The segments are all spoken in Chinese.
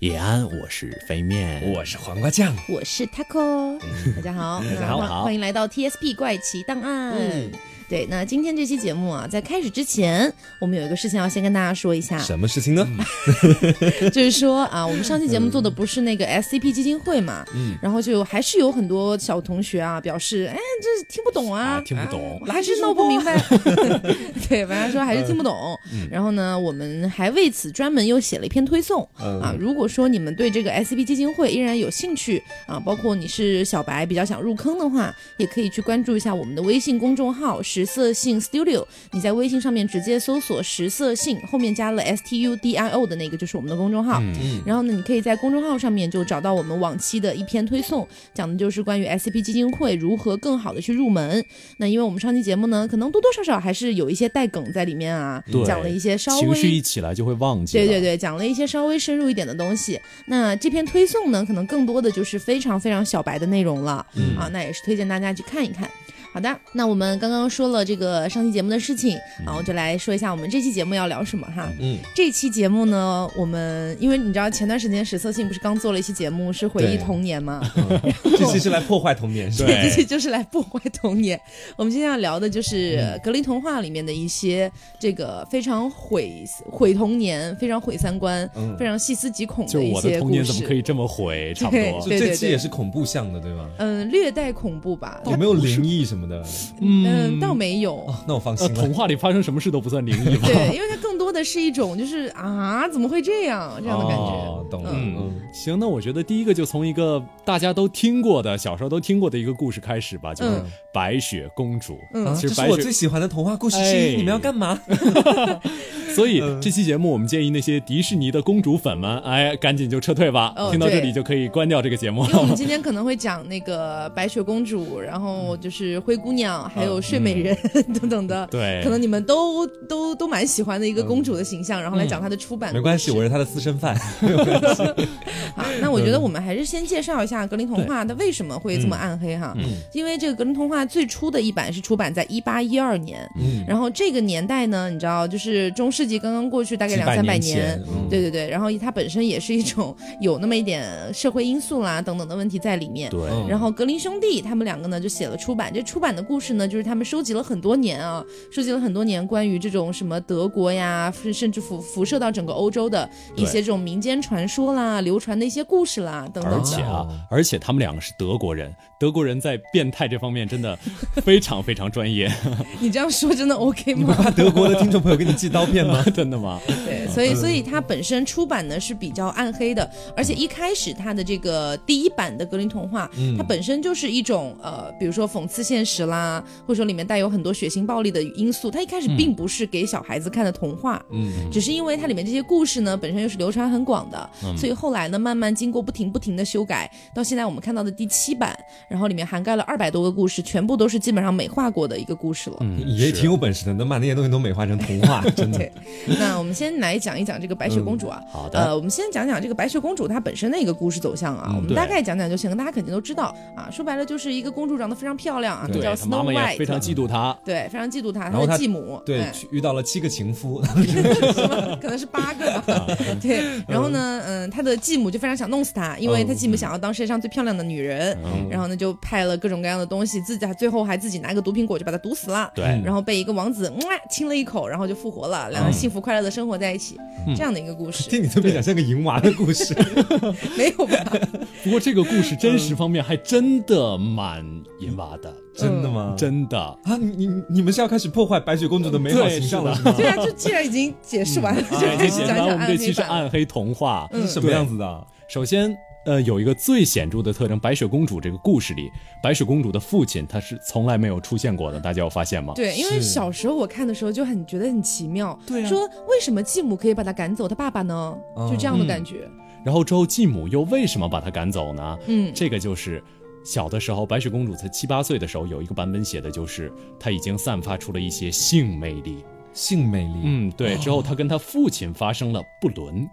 野安，我是肥面，我是黄瓜酱，我是 Taco，大家好，嗯 大家好嗯那欢欢迎来到 TSP 怪奇档案。对，那今天这期节目啊，在开始之前，我们有一个事情要先跟大家说一下，什么事情呢？就是说啊，我们上期节目做的嗯不是那个 SCP 基金会嘛，然后就还是有很多小同学啊表示，哎，这听不懂啊，啊，听不懂，还是闹不明白。对，玩家说还是听不懂。然后呢，我们还为此专门又写了一篇推送、啊。如果说你们对这个 SCP 基金会依然有兴趣啊，包括你是小白比较想入坑的话，也可以去关注一下我们的微信公众号“十色性 Studio”。你在微信上面直接搜索“十色性”，后面加了 S T U D I O 的那个就是我们的公众号。嗯嗯然后呢，你可以在公众号上面就找到我们往期的一篇推送，讲的就是关于 SCP 基金会如何更好的去入门。那因为我们上期节目呢，可能多多少少还是有一些带梗在里面啊对，讲了一些稍情绪一啊微。起来就会忘记，对对，对，讲了一些稍微深入一点的东西。那这篇推送呢，可能更多的就是非常非常小白的内容了、嗯啊，那也是推荐大家去看一看。好的，那我们刚刚说了这个上期节目的事情，嗯然后就来说一下我们这期节目要聊什么哈。嗯，这期节目呢，我们因为你知道前段时间史色信不是刚做了一期节目是回忆对童 年嘛，这期是来破坏童年， 是吧对这期就是来破坏童年。我们今天要聊的就是呃格林童话里面的一些这个非常毁毁童年、非常毁三观、嗯非常细思极恐就一我的些童故年事。怎么可以这么毁，差不对多就，对这期也是恐怖向的，对吗？嗯，略带恐怖吧，有没有灵异什么的？嗯，倒没有。 哦，那我放呃，心了童。话里发生什么事都不算灵异吧？对，因为它更多的是一种就是啊，怎么会这样这样的感觉。哦，懂了。嗯嗯，行，那我觉得第一个就从一个大家都听过的、小时候都听过的一个故事开始吧，就是嗯白雪公主。嗯啊其这实是白我雪最喜欢的童话故事之哎一。你们要干嘛？所以嗯这期节目，我们建议那些迪士尼的公主粉们，哎，赶紧就撤退吧！哦听到这里对就可以关掉这个节目因为哦我们今天可能会讲那个白雪公主，然后就是灰姑娘，还嗯有睡美人、 等等的，对可能你们都都都蛮喜欢的一个公主的形象，然后来讲她的出版故嗯事。没关系，我是他嗯的私生饭。 好，那我觉得我们还是先介绍一下格林童话它为什么会这么暗黑嗯哈，因为这个格林童话最初的一版是出版在一八一二年，嗯，然后这个年代呢，你知道就是中世纪刚刚过去大概几两三百年前嗯对对对，然后它本身也是一种有那么一点社会因素啦等等的问题在里面，对嗯然后格林兄弟他们两个呢就写了出版，这出版的故事呢，就是他们收集了很多年啊，收集了很多年关于这种什么德国呀，甚甚至辐辐射到整个欧洲的一些这种民间传说啦、流传的一些故事啦等而等且的。啊哦，而且他们两个是德国人，德国人在变态这方面真的非常非常专业，你这样说真的 OK 你不吗？怕德国的听众朋友给你寄刀片 吗？真的吗？对，所以所以它本身出版呢是比较暗黑的，而且一开始它的这个第一版的格林童话，它本身就是一种呃，比如说讽刺现实啦，或者说里面带有很多血腥暴力的因素。它一开始并不是给小孩子看的童话，嗯，只是因为它里面这些故事呢本身又是流传很广的，所以后来呢慢慢经过不停不停的修改，到现在我们看到的第七版，然后里面涵盖了二百多个故事，全部都是基本上美化过的一个故事了。嗯你也挺有本事的，能把那些东西都美化成童话，真的。对，那我们先来讲一讲这个白雪公主啊。好的嗯呃，我们先讲讲这个白雪公主她本身的一个故事走向啊，我们对大概讲讲就行，大家肯定都知道啊。说白了就是一个公主长得非常漂亮啊，对叫对他妈 Snow 妈也非常 White，嫉妒他，对，非常嫉妒她，然后的她继母，对哎，嗯遇到了七个情夫， 什么可能是八个 啊吧。 对，然后呢，嗯，他的继母就非常想弄死他，因为他继母想要当世界上最漂亮的女人，嗯然后呢就派了各种各样的东西，自己还最后还自己拿个毒苹果就把她毒死了。对嗯然后被一个王子哇亲了一口，然后就复活了，两嗯人幸福快乐的生活在一起，这样的一个故 事 听你特别讲像个淫娃的故事。没有吧？不过这个故事真实方面还真的蛮淫娃的， 真的吗？真的。啊，你你你们是要开始破坏白雪公主的美好形象了？是吗 对啊，就既然已经解释完了， 就对，开就始显讲然我讲们暗这期黑是版。暗黑童话。这是什么样子的啊？首先，呃，有一个最显著的特征，白雪公主这个故事里，白雪公主的父亲他是从来没有出现过的，大家有发现吗？对，因为是小时候我看的时候就很觉得很奇妙，对啊说为什么继母可以把他赶走，他爸爸呢？就这样嗯的感觉。然后之后，继母又为什么把她赶走呢？嗯这个就是小的时候，白雪公主才七八岁的时候，有一个版本写的就是她已经散发出了一些性魅力。性魅力，嗯，对。之后她跟她父亲发生了不伦，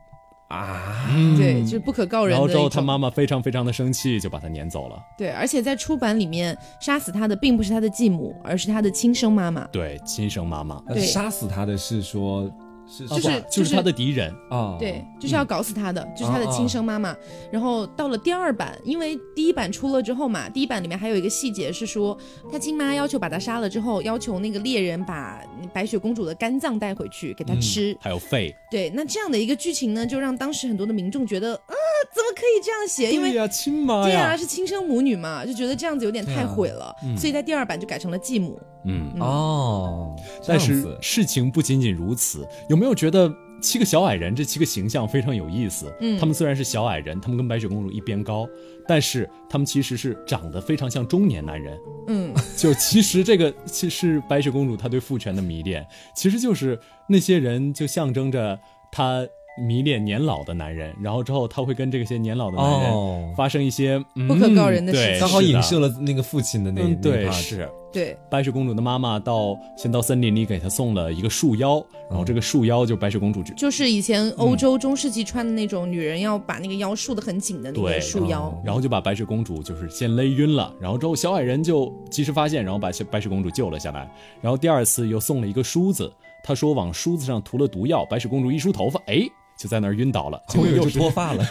啊，对，就是不可告嗯人然后的一之后她种。妈妈非常非常的生气，就把她撵走了。对，而且在出版里面，杀死他的并不是他的继母，而是他的亲生妈妈。对，亲生妈妈。那对杀死他的是说是啊就是不就就是他的敌人，啊，对，就是嗯要搞死他的，就是他的哦啊啊亲生妈妈。然后到了第二版，因为第一版出了之后嘛，第一版里面还有一个细节是说，他亲妈要求把他杀了之后，要求那个猎人把白雪公主的肝脏带回去给他嗯吃。还有肺，对，那这样的一个剧情呢，就让当时很多的民众觉得，啊，怎么可以这样写？因为对呀，亲妈对啊，呀，是亲生母女嘛，就觉得这样子有点啊太毁了，所以在第二版就改成了继母。嗯。嗯哦，这但样是子事情不仅仅如此，有没有觉得七个小矮人这七个形象非常有意思？嗯，他们虽然是小矮人，他们跟白雪公主一边高，但是他们其实是长得非常像中年男人。 嗯，就其实这个其实白雪公主她对父权的迷恋，其实就是那些人就象征着她迷恋年老的男人，然后之后她会跟这些年老的男哦人发生一些、嗯不可告人的事对情刚好是的影射了那个父亲的那嗯，那一对， part 是。对，白雪公主的妈妈到先到森林里给她送了一个束腰，然后这个束腰就白雪公主就就是以前嗯欧洲中世纪穿的那种女人要把那个腰束得很紧的那个对哦束腰。然后就把白雪公主就是先勒晕了，然后之后小矮人就及时发现，然后把白雪公主救了下来。然后第二次又送了一个梳子，他说往梳子上涂了毒药，白雪公主一梳头发，哎，就在那儿晕倒了。结我果以为又就是脱发了，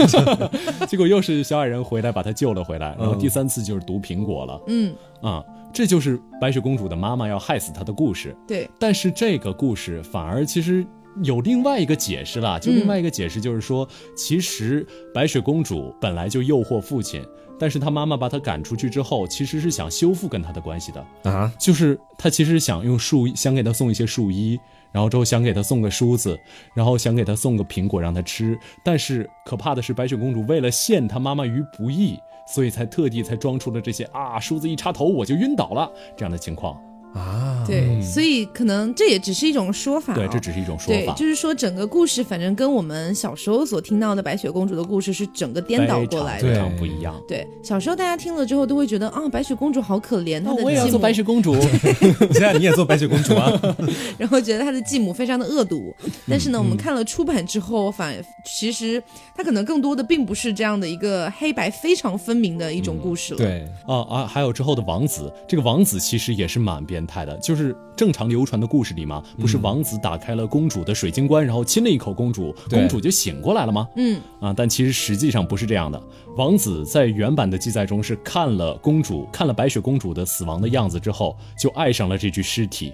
结果又是小矮人回来把她救了回来。然后第三次就是毒苹果了。嗯，啊、这就是白雪公主的妈妈要害死她的故事。对，但是这个故事反而其实有另外一个解释啦，就另外一个解释就是说，其实白雪公主本来就诱惑父亲，但是她妈妈把她赶出去之后，其实是想修复跟她的关系的， 啊，就是她其实想用树，想给她送一些树衣。然后之后想给她送个梳子，然后想给她送个苹果让她吃，但是可怕的是白雪公主为了陷她妈妈于不义，所以才特地才装出了这些啊梳子一插头我就晕倒了这样的情况。啊，对，所以可能这也只是一种说法、嗯哦。对，这只是一种说对法，，就是说整个故事，反正跟我们小时候所听到的白雪公主的故事是整个颠倒过来非的。常非常不一样。对，小时候大家听了之后都会觉得啊、白雪公主好可怜，她的继母，雪 公主， 现在你也做白雪公主 啊？ 然后觉得她的继母非常的恶毒。嗯但是呢，我们看了出版之后，反其实她可能更多的并不是这样的一个黑白非常分明的一嗯种故事了。对，啊啊！还有之后的王子，这个王子其实也是蛮变态的，就是正常流传的故事里嘛，不是王子打开了公主的水晶棺，然后亲了一口公主，对公主就醒过来了吗？嗯，啊，但其实实际上不是这样的。王子在原版的记载中是看了公主，看了白雪公主的死亡的样子之后，就爱上了这具尸体。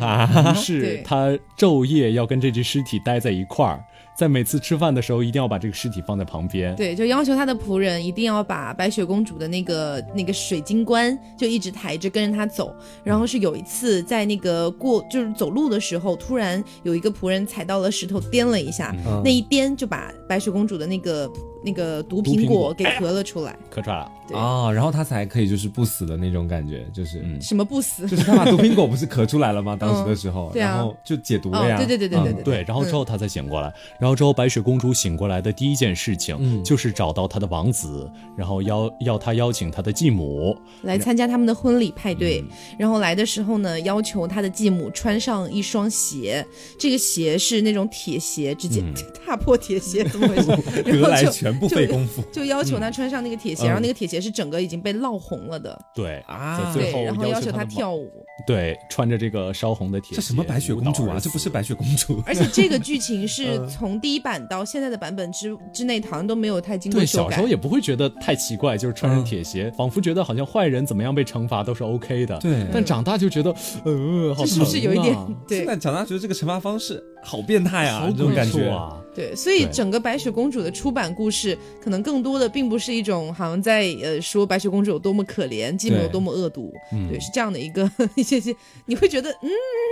啊 于，是嗯对他昼夜要跟这具尸体待在一块儿，在每次吃饭的时候一定要把这个尸体放在旁边。对，就要求他的仆人一定要把白雪公主的那个那个水晶棺就一直抬着跟着她走。然后是有一次在那个过就是走路的时候，突然有一个仆人踩到了石头，颠了一下，嗯那一颠就把白雪公主的那个那个毒毒苹苹果果给咳了出来。磕出来了。对啊，然后他才可以就是不死的那种感觉，就是。什么不死？就是他把毒苹果不是咳出来了吗？当时的时候，对啊然后就解毒哦了呀。，嗯对对对对对对，对，然后之后她才醒过来。然后之后，白雪公主醒过来的第一件事嗯情就是找到她的王子，然后邀要她邀请她的继母。来参加他们的婚礼派对。然后来的时候呢，要求他的继母穿上一双鞋，这个鞋是那种铁鞋，直接、 踏破铁鞋，怎么回事？然得后来就全不费功夫就，就要求嗯他穿上那个铁鞋，然后那个铁鞋是整个已经被烙红了的。对啊在最对，后然后要要求求她他的跳王。舞，对，穿着这个烧红的铁这什么鞋白雪公主舞蹈啊？而这不死是白雪公主，而且这个剧 情是嗯从第一版到现在的版本之之内，好像都没有太经过对，修小时改候。也不会觉得太奇怪，就是穿上铁鞋，仿佛觉得好像坏人怎么样被惩罚都是 OK 的。嗯对但长大就觉得，呃，好这是不是疼有一点啊哎对现在长大觉得这个惩罚方式好变态啊，好这种感感觉触。啊？对，所以对整个白雪公主的出版故事，可能更多的并不是一种好像在呃说白雪公主有多么可怜，继母有多么恶毒，嗯对，是这样的一个 一些些，你会觉得嗯，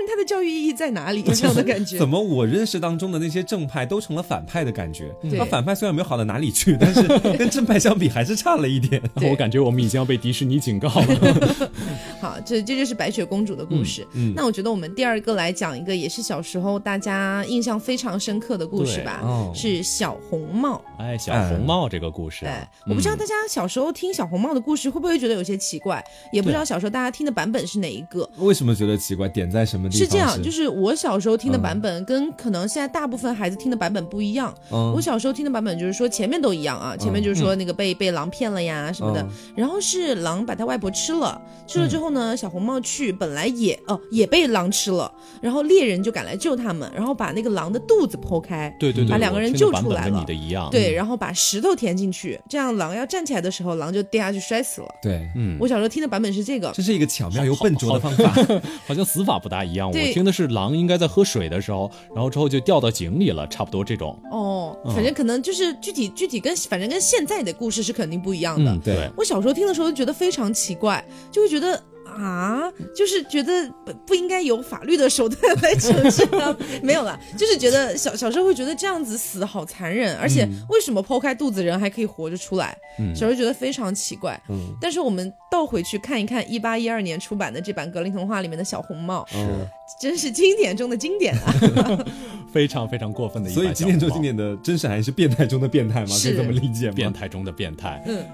她的教育意义在哪里这样的感觉怎。么我认识当中的那些正派都成了反派的感觉？对那反派虽然没有好到哪里去，但是 跟正派相比还是差了一点。对我感觉我们已经要被迪士尼警告了。 好，这这就是白雪公主的故嗯事。那我觉得我们第二个来讲一个，也是小时候大家印象非常深刻的故事对吧，哦是小红帽。哎，小红帽这个故事对哎啊，，嗯我不知道大家小时候听小红帽的故事会不会觉得有些奇怪，也啊不知道小时候大家听的版本是哪一个。为什么觉得奇怪？点在什么地方？是这样，就是是我小时候听的版本跟可能现在大部分孩子听的版本不一样。嗯我小时候听的版本就是说前面都一样啊，前面就是说那个被、被狼骗了呀什么的，嗯然后是狼把他外婆吃了，吃嗯了之后呢，小红帽去本来也哦、也被狼吃了，然后猎人就赶来救他们，然后后把那个狼的肚子剖开，对对对，把两个人救出来我听的版本跟了你的。一样，对，然后把石头填进去，这样狼要站起来的时候，狼就掉下去摔死了。对，嗯，我小时候听的版本是这个，这是一个巧妙又笨拙的方法。 好像死法不大一样。我对听的是狼应该在喝水的时候，然后之后就掉到井里了，差不多这种。哦，嗯反正可能就是具体具体跟反正跟现在的故事是肯定不一样的。嗯，对，我小时候听的时候就觉得非常奇怪，就会觉得。啊，就是觉得不不应该有法律的手段来惩治他，没有啦，就是觉得小小时候会觉得这样子死好残忍，而且为什么剖开肚子人还可以活着出来？小时候觉得非常奇怪。嗯但是我们倒回去看一看一八一二年出版的这版格林童话里面的小红帽，嗯，真是经典中的经典啊！非常非常过分的一所以版小经典中红帽经典的真实还是变态中的变态吗？可以是这么理解吗？变态中的变态。嗯，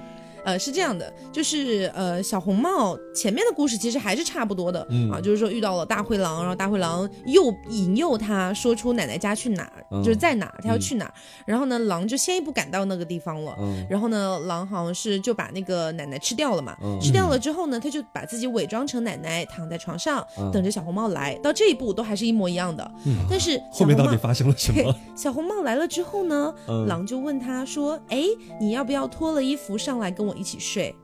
呃，是这样的，就是呃，小红帽前面的故事其实还是差不多的、嗯啊，就是说遇到了大灰狼，然后大灰狼诱引诱他说出奶奶家去哪儿，嗯就是在哪儿，他要去哪儿，然后呢，狼就先一步赶到那个地方了。嗯然后呢，狼好像是就把那个奶奶吃掉了嘛，嗯吃掉了之后呢，他就把自己伪装成奶奶躺在床上，嗯等着小红帽来。到这一步都还是一模一样的，但是后面小到红帽底发生了什哦对么？，小红帽来了之后呢，嗯狼就问他说：“哎，你要不要脱了衣服上来跟我一起睡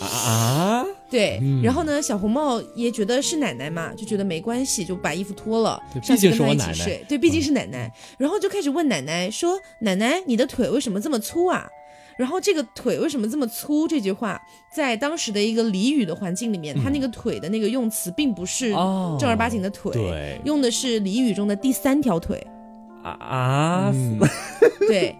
啊？？”对，嗯然后呢，小红帽也觉得是奶奶嘛，就觉得没关系，就把衣服脱了对，上去毕竟跟他是我奶奶一嗯起睡。对，毕竟是奶奶，然后就开始问奶奶说：“奶奶，你的腿为什么这么粗啊？”然后这个腿为什么这么粗？这句话在当时的一个俚语的环境里面，他那嗯个腿的那个用词并不是哦正儿八经的腿，对用的是俚语中的第三条腿。啊啊！嗯， 对。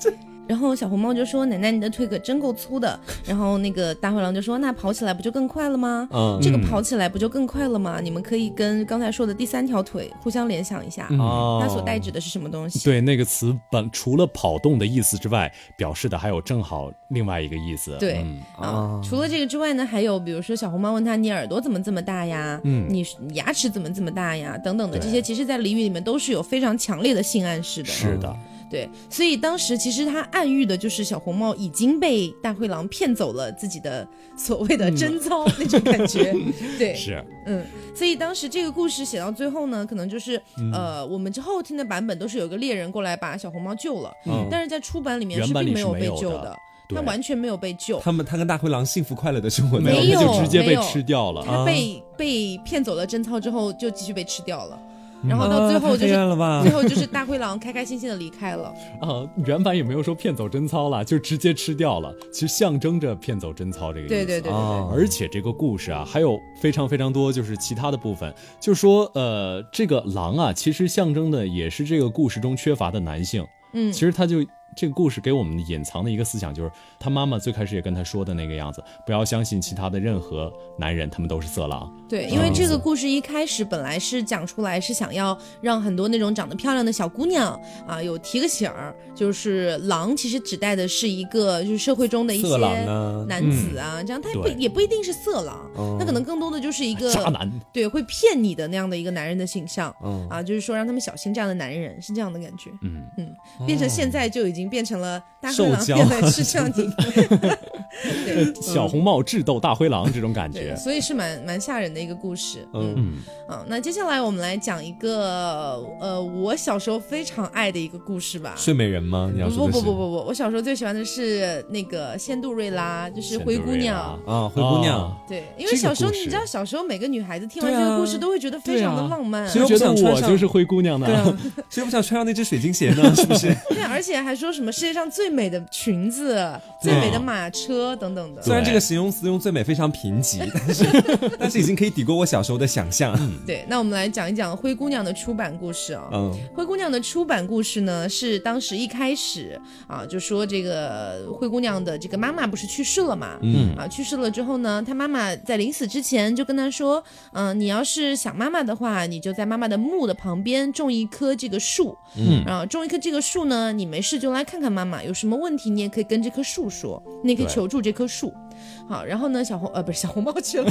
然后小红帽就说：“奶奶，你的腿可真够粗的。” 然后那个大灰狼就说：“那跑起来不就更快了吗？嗯这个嗯跑起来不就更快了吗？你们可以跟刚才说的第三条腿互相联想一下，哦它所代指的是什么东嗯西？对，那个词本除了跑动的意思之外，表示的还有正好另外一个意思。对嗯啊，除了这个之外呢，还有比如说小红帽问他：“你耳朵怎么这么大呀？嗯你你牙齿怎么这么大呀？”等等的对这些，其实，在俚语里面都是有非常强烈的性暗示的。是的，嗯对，所以当时其实他暗喻的就是小红帽已经被大灰狼骗走了自己的所谓的贞操 那种感 觉。对，嗯是，嗯，所以当时这个故事写到最后呢，可能就是、嗯呃，我们之后听的版本都是有个猎人过来把小红帽救了，嗯但是在出版里面原是版并里是有没被有救的对他完全没有被救，他们他跟大灰狼幸福快乐的生活在没一起有那就直接没被有吃掉了。啊他被、被骗走了贞操之后就继续被吃掉了，嗯然后到最后啊就太是、黑暗了吧最？后就是大灰狼开开心心的离开 了。啊，原版也没有说骗走贞操啦，就直接吃掉了，其实象征着骗走贞操这个意思。对对对对对。啊而且这个故事啊，还有非常非常多，就是其他的部分，就说呃，这个狼啊，其实象征的也是这个故事中缺乏的男性。嗯其实他就这个故事给我们隐藏的一个思想，就是他妈妈最开始也跟他说的那个样子，不要相信其他的任何男人，他们都是色狼。对，因为嗯这个故事一开始本来是讲出来是想要让很多那种长得漂亮的小姑娘啊有提个醒儿，就是狼其实指代的是一个就是社会中的一些色狼啊男子啊，这样他不嗯对哦也不一定是色狼，他可能更多的就是一个渣男，哦对会骗你的那样的一个男人的形象。嗯啊，就是说让他们小心这样的男人，是这样的感觉。嗯嗯，变成现在就已经变成了大灰狼受变 得是像你， 对，嗯小红帽智斗大灰狼这种感对，觉。所以是蛮蛮吓人的一个故事。嗯嗯，啊，那接下来我们来讲一个呃，我小时候非常爱的一个故事吧。睡美人吗？你要不说嗯不的不是不不不，我小时候最喜欢的是那个仙杜瑞拉，就是灰姑娘。啊，灰姑娘哦。对，因这为个小时候故事你知道，小时候每个女孩子听完对这啊个故事都会觉得非常的对啊浪漫，所以就我觉不得想穿我上就是灰姑娘呢对。啊， 谁不想穿上那只水晶鞋呢？ 是不是？对，而且还说什么世界上最美的裙子、最美的马车等等的。虽然这个形容词用最美非常贫瘠，但 是但是已经可以抵过我小时候的想象。对，那我们来讲一讲灰姑娘的出版故事啊、嗯灰姑娘的出版故事呢，是当时一开始啊，就说这个灰姑娘的这个妈妈不是去世了嘛，嗯啊，去世了之后呢，她妈妈在临死之前就跟她说，嗯、你要是想妈妈的话，你就在妈妈的墓的旁边种一棵这个树，嗯啊，种一棵这个树呢，你没事就来看看妈妈，有什么问题你也可以跟这棵树说，你也可以对求助这棵树。好，然后呢，小红呃不是小红帽去了，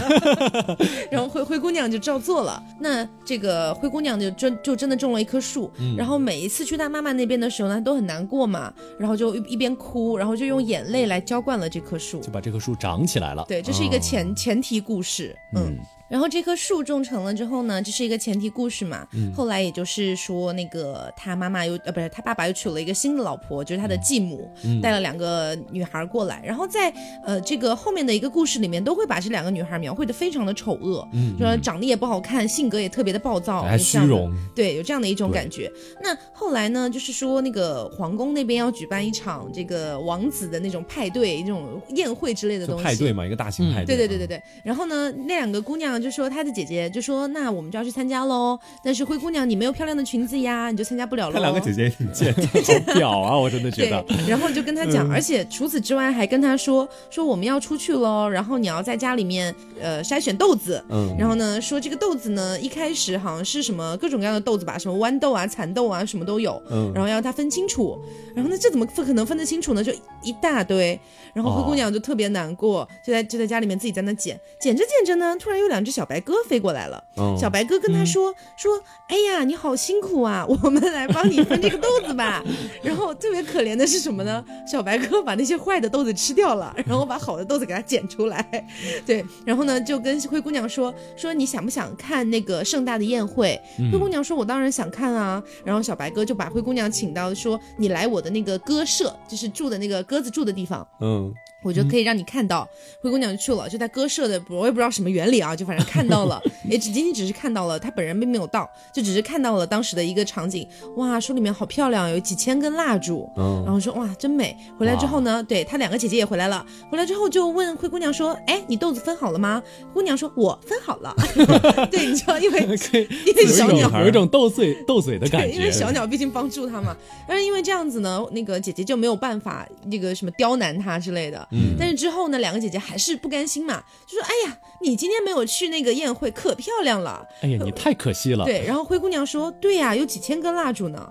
然后灰灰姑娘就照做了。那这个灰姑娘就真就真的种了一棵树，嗯然后每一次去她妈妈那边的时候呢，都很难过嘛，然后就一一边哭，然后就用眼泪来浇灌了这棵树就。把这棵树长起来了。哦对，这是一个前、前提故事，嗯。然后这棵树种成了之后呢，这是一个前提故事嘛。嗯后来也就是说，那个他妈妈又呃不是他爸爸又娶了一个新的老婆，就是嗯他的继母，带了两个女孩过来。然后在呃这个后面的一个故事里面，都会把这两个女孩描绘的非常的丑恶，说长得也不好看，性格也特别的暴躁，嗯还就虚像荣，对，有这样的一种对感觉。那后来呢，就是说那个皇宫那边要举办一场这个王子的那种派对、那种宴会之类的就东西。派对嘛，一个大型嗯派对对。对对对对，然后呢，那两个姑娘就说她的姐姐就说，那我们就要去参加喽。但是灰姑娘你没有漂亮的裙子呀，你就参加不了她喽。两个姐姐也挺贱的， 好屌啊！我真的觉对得，，然后就跟她讲，而且除此之外还跟她说说我们要出去喽，然后你要在家里面呃筛选豆子，嗯，然后呢，说这个豆子呢，一开始好像是什么各种各样的豆子吧，什么豌豆啊、蚕豆啊，什么都有。嗯然后要它分清楚，然后呢，这怎么分可能分得清楚呢？就一大堆，然后灰姑娘就特别难过，就在就在家里面自己在那捡，捡着捡着呢，突然有两只小白鸽飞过来了。嗯小白鸽跟她说、说，哎呀，你好辛苦啊， 我们来帮你分这个豆子吧。然后特别可怜的是什么呢？小白鸽把那些坏的豆子吃掉了，然后把好的豆子给它捡出来。 对，然后呢就跟灰姑娘说说你想不想看那个盛大的宴会？灰姑娘说我当然想看啊。然后小白鸽就把灰姑娘请到说你来我的那个鸽舍，就是住的那个鸽子住的地方。嗯，我就可以让你看到，灰姑娘就去了，就在鸽舍的，我也不知道什么原理啊，就反正看到了，也只仅仅只是看到了，她本人并没有到，就只是看到了当时的一个场景，哇，书里面好漂亮，有几千根蜡烛，嗯然后说哇真美。回来之后呢，对她两个姐姐也回来了，回来之后就问灰姑娘说，哎，你豆子分好了吗？姑娘说我分好了， 对，你知道，因 为可以因为有一小种鸟有一种斗嘴斗嘴的感对，因为觉。小鸟毕竟帮助他嘛。但是因为这样子呢，那个姐姐就没有办法那个什么刁难他之类的。嗯。但是之后呢，两个姐姐还是不甘心嘛，就说：“哎呀，你今天没有去那个宴会，可漂亮了。哎呀，你太可惜了。对。然后灰姑娘说：“对呀、有几千根蜡烛呢。”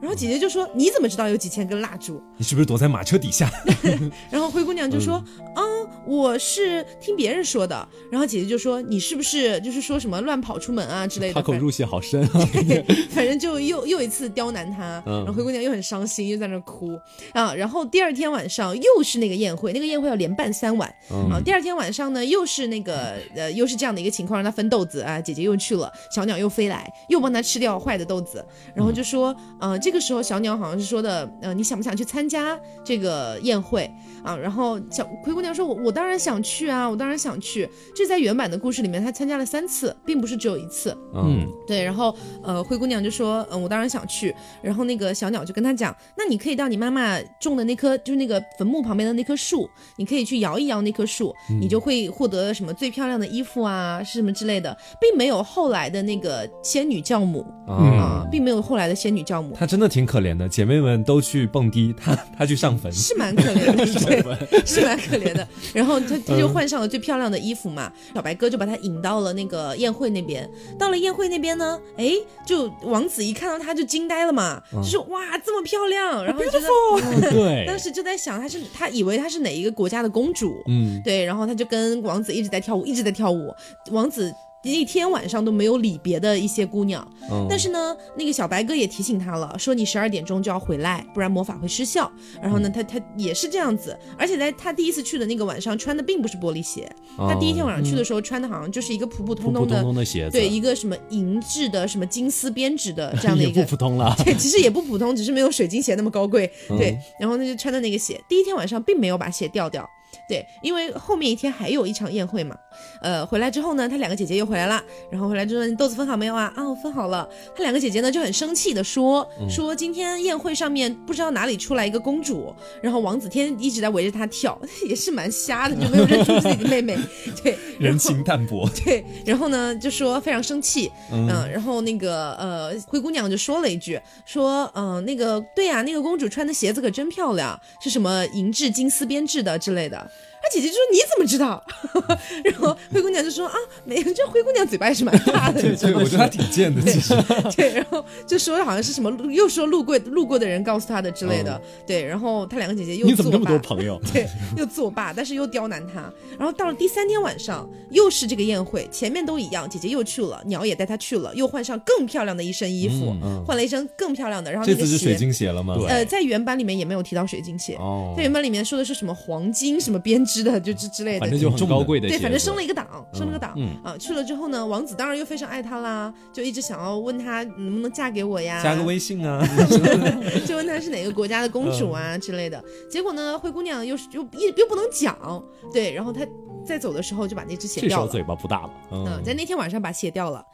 然后姐姐就说：“你怎么知道有几千根蜡烛你是不是躲在马车底下？？”然后灰姑娘就说：“嗯，我是听别人说的。”然后姐姐就说：“你是不是就是说什么乱跑出门啊之类的？”他口反入戏好深啊！对， 反正就又又一次刁难他，嗯然后灰姑娘又很伤心，又在那儿哭啊。然后第二天晚上又是那个宴会，那个宴会要连办三晚、啊。第二天晚上呢，又是那个呃，又是这样的一个情况，让她分豆子啊。姐姐又去了，小鸟又飞来，又帮她吃掉坏的豆子，然后就说，呃，这个时候小鸟好像是说的，呃，你想不想去参加这个宴会啊？然后小灰姑娘说，我我当然想去啊，我当然想去。这在原版的故事里面，她参加了三次，并不是只有一次。嗯，对，然后呃，灰姑娘就说，嗯、我当然想去。然后那个小鸟就跟她讲，那你可以到你妈妈种的那棵，就是那个坟墓旁边的那棵树，你可以去摇一摇那棵树，你就会获得什么最漂亮的衣服啊，是什么之类的，并没有后来的那个仙女教母啊、啊，并没有后来的仙女教母，她真的挺可怜的，姐妹们都去蹦迪， 她她去上坟，是蛮可 怜的，对，是蛮可怜的。然后她她就换上了最漂亮的衣服嘛，小白哥就把她引到了那个宴会那边。到了宴会那边呢，哎，就王子一看到她就惊呆了嘛，就说哇这么漂亮，然后觉 得对，当时就在想她是她以为她是哪一个国家的公主，嗯，对，然后她就跟王子一直在跳舞，一直在跳舞，王子。一天晚上都没有理别的一些姑娘，嗯但是呢，那个小白哥也提醒他了，说你十二点钟就要回来，不然魔法会失效。然后呢，嗯他他也是这样子，而且在他第一次去的那个晚上穿的并不是玻璃鞋，他第一天晚上去的时候穿的好像就是一个普普哦嗯普通普通的，通通的鞋子，啊哎对，一个什么银质的什么金丝编织的这样的也一个不普通了。对，其实也不普通，只是没有水晶鞋那么高贵。对，然后他就穿的那个鞋，第一天晚上并没有把鞋掉掉。对，因为后面一天还有一场宴会嘛，呃，回来之后呢，他两个姐姐又回来了，然后回来之后，你豆子分好没有啊？啊，我分好了。他两个姐姐呢就很生气的说，说今天宴会上面不知道哪里出来一个公主，然后王子天一直在围着她跳， 也是蛮瞎的，就没有认出自己的妹 妹。对，然人后情淡 薄，对，然后呢就说非常生气，嗯、然后那个呃灰姑娘就说了一句，说嗯、呃那个对呀、那个公主穿的鞋子可真漂亮，是什么银质金丝编制的之类的。她姐姐就说你怎么知道？ 然后灰姑娘就说啊，没有，这灰姑娘嘴啊巴也是蛮大的，你知对，道吗我觉得她挺贱的，其实，对，然后就说好像是什么路，又说路过路过的人告诉她的之类的。对，然后她两个 姐姐又嗯你怎么作这么多罢朋友？对，又作罢，但是又刁难他。然后到了第三天晚上，又是这个宴会，前面都一样，姐姐又去了，鸟也带她去了，又换上更漂亮的一身衣服，换了一身更漂亮的，然后这那个次是水鞋，晶鞋了吗？对呃，在原版里面也没有提到水晶鞋。哦在，原版里面说的是什么黄金什么编只的，就之之类的，反正就很高贵的对，鞋反正子升了一个档，升了个档、嗯啊。去了之后呢，王子当然又非常爱她啦，就一直想要问她能不能嫁给我呀，加个微信啊， 就问她是哪个国家的公主啊、嗯之类的。结果呢，灰姑娘又是又又又不能讲，对，然后她在走的时候就把那只鞋这时掉候了，嘴巴不大了，嗯、嗯，在那天晚上把鞋掉了。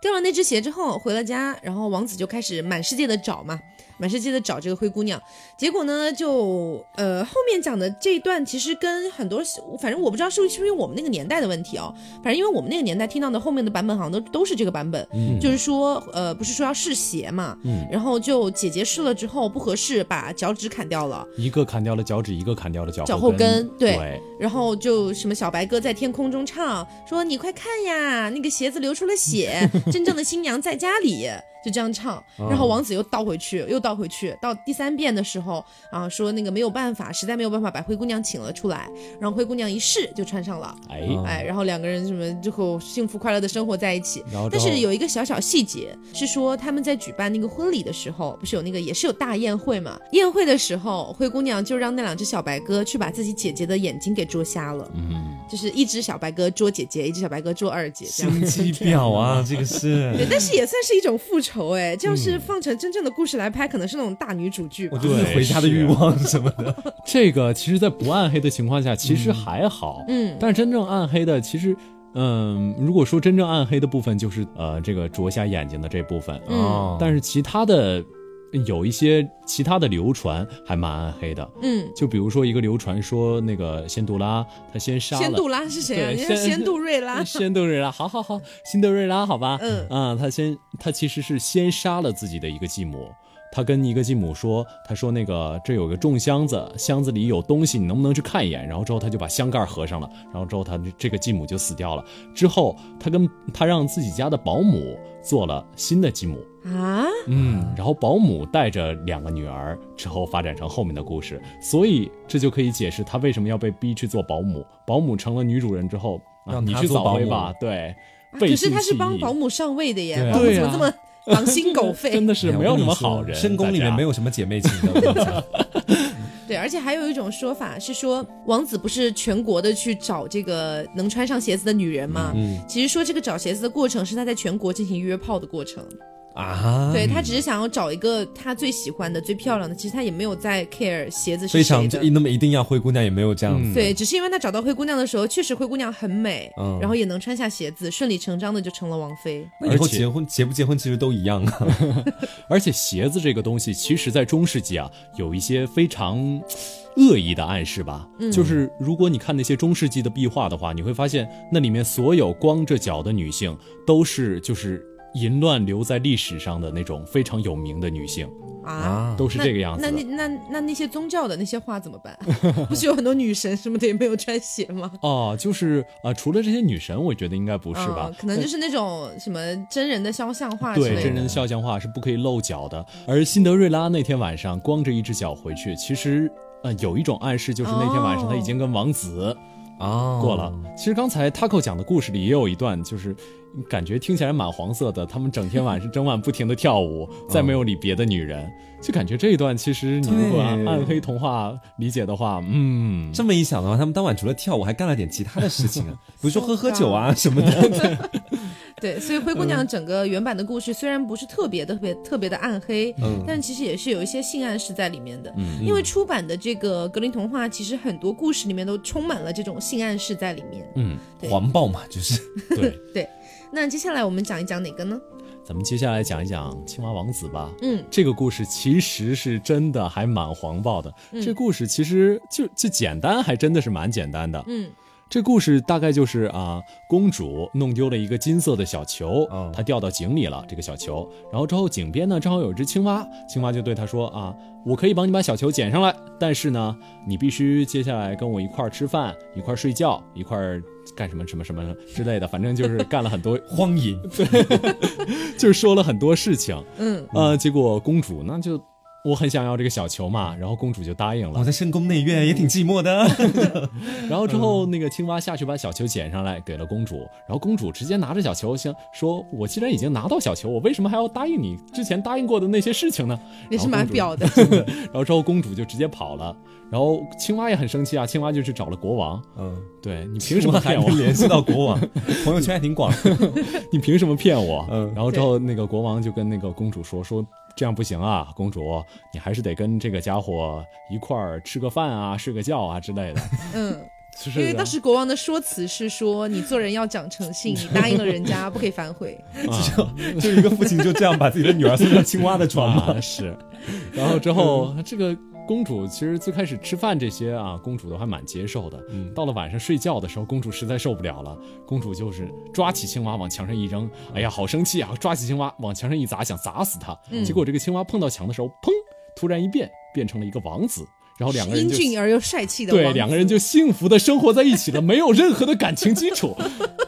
掉了那只鞋之后回了家，然后王子就开始满世界的找嘛，满世界的找这个灰姑娘。结果呢，就呃后面讲的这一段其实跟很多，反正我不知道是不是因为我们那个年代的问题哦，反正因为我们那个年代听到的后面的版本好像都都是这个版本，嗯就是说呃不是说要试鞋嘛，嗯然后就姐姐试了之后不合适，把脚趾砍掉了，一个砍掉了脚趾，一个砍掉了脚脚后后跟对对，然后就什么小白鸽在天空中唱，说你快看呀，那个鞋子流出了血，真正的新娘在家里，就这样唱。然后王子又倒回去，又倒回去，到第三遍的时候啊，说那个没有办法，实在没有办法把灰姑娘请了出来，然后灰姑娘一试就穿上了，哎，嗯哎，然后两个人什么最后幸福快乐的生活在一起。然后之但后是有一个小小细节是说，他们在举办那个婚礼的时候，不是有那个也是有大宴会嘛？宴会的时候，灰姑娘就让那两只小白鸽去把自己姐姐的眼睛给捉瞎了，嗯，就是一只小白鸽捉姐姐，一只小白鸽捉二姐这样。心机婊啊，这个 对，是。但是也算是一种复仇哎，这要是放成真正的故事来拍，可能是那种大女主剧我吧。觉得对啊回家的欲望什么的，这个其实，在不暗黑的情况下，其实还好，嗯，但是真正暗黑的，其实，嗯，如果说真正暗黑的部分，就是呃，这个啄瞎眼睛的这部分，嗯哦但是其他的。有一些其他的流传还蛮暗黑的，嗯，就比如说一个流传说，那个仙杜拉她先杀了仙杜拉是谁啊？对你说仙，仙杜瑞 拉仙杜瑞拉，好好好，辛德瑞拉，好吧，嗯啊，他先他其实是先杀了自己的一个继母。他跟一个继母说：“他说那个这有个重箱子，箱子里有东西，你能不能去看一眼？”然后之后他就把箱盖合上了，然后之后他这个继母就死掉了。之后他跟他让自己家的保姆做了新的继母，啊，嗯，然后保姆带着两个女儿之后发展成后面的故事，所以这就可以解释她为什么要被逼去做保姆。保姆成了女主人之后，啊、让你她去做扫保黑姆吧，对。啊背可是信他是弃帮义保姆上位的耶对，啊保姆怎么这么 狼心狗肺真？的是没有什么好人。深宫里面没有，有什么姐妹情的我跟 你讲，对，而且还有一种说法是说，王子不是全国的去找这个能穿上鞋子的女人吗？嗯其实说这个找鞋子的过程是他在全国进行约炮的过程，啊，对他只是想要找一个他最喜欢的、最漂亮的，其实他也没有在 care 鞋子是非谁常的。那么一嗯定要灰姑娘也没有这嗯样子，对，只是因为他找到灰姑娘的时候，确实灰姑娘很美，嗯然后也能穿下鞋子，顺理成章的就成了王妃。那以后而且结婚结不结婚其实都一样啊，而且鞋子这个东西，其实在中世纪啊，有一些非常恶意的暗示吧。就是如果你看那些中世纪的壁画的话，你会发现那里面所有光着脚的女性都是就是淫乱留在历史上的那种非常有名的女性，啊，都是这个样子那的。那那那那那些宗教的那些画怎么办？ 不是有很多女神什么的也没有穿鞋吗？哦，就是呃，除了这些女神，我觉得应该不是吧？呃嗯可能就是那种什么真人的肖像画之类对，的。真人肖像画是不可以露脚的。而辛德瑞拉那天晚上光着一只脚回去，其实呃有一种暗示，就是那天晚上她已经跟王子啊过了。，哦其实刚才 Taco 讲的故事里也有一段，就是感觉听起来蛮黄色的，他们整天晚上整晚不停的跳舞，哦再没有理别的女人，就感觉这一段其实你如果按对暗黑童话理解的话，嗯，这么一想的话，他们当晚除了跳舞，还干了点其他的事情 啊，比如说喝喝 So 酒啊什么的。对，所以灰姑娘嗯整个原版的故事虽然不是特别特别特别的暗黑，嗯但其实也是有一些性暗示在里面的。嗯因为出版的这个格林童话，其实很多故事里面都充满了这种性暗示在里面。嗯，对黄暴嘛，就是对，那接下来我们讲一讲哪个呢？咱们接下来讲一讲青蛙王子吧。嗯，这个故事其实是真的还蛮黄暴的。这故事其实就就简单，还真的是蛮简单的。嗯，这故事大概就是啊，公主弄丢了一个金色的小球，嗯她掉到井里了。这个小球，然后之后井边呢正好有一只青蛙，青蛙就对她说啊，我可以帮你把小球捡上来，但是呢，你必须接下来跟我一块儿吃饭，一块儿睡觉，一块儿干什么什么什么之类的，反正就是干了很多，荒淫，就是说了很多事情。嗯呃，结果公主呢就我很想要这个小球嘛，然后公主就答应我了。在深宫内院也挺寂寞的。然后之后那个青蛙下去把小球捡上来给了公主，然后公主直接拿着小球想说：“我既然已经拿到小球，我为什么还要答应你之前答应过的那些事情呢？”也是蛮 表的，然后之后公主就直接跑了，然后青蛙也很生气啊，青蛙就去找了国王，嗯，对你凭什么还骗我能？联系到国王？ 朋友圈还挺广。你凭什么骗我？嗯然后之后那个国王就跟那个公主说说。这样不行啊，公主，你还是得跟这个家伙一块儿吃个饭啊，睡个觉啊之类的。嗯，是因为的当时国王的说辞是说，你做人要讲诚信，你答应了人家不可以反悔。 就一个父亲就这样把自己的女儿送到青蛙的床吗？啊， 是。然后之后，这个公主其实最开始吃饭这些啊，公主都还蛮接受的。嗯到了晚上睡觉的时候，公主实在受不了了，公主就是抓起青蛙往墙上一扔，嗯哎呀，好生气啊！抓起青蛙往墙上一砸，想砸死它。嗯结果这个青蛙碰到墙的时候，砰，突然一变，变成了一个王子。然后两个人英就俊而又帅气的王对子，两个人就幸福的生活在一起了，没有任何的感情基 础，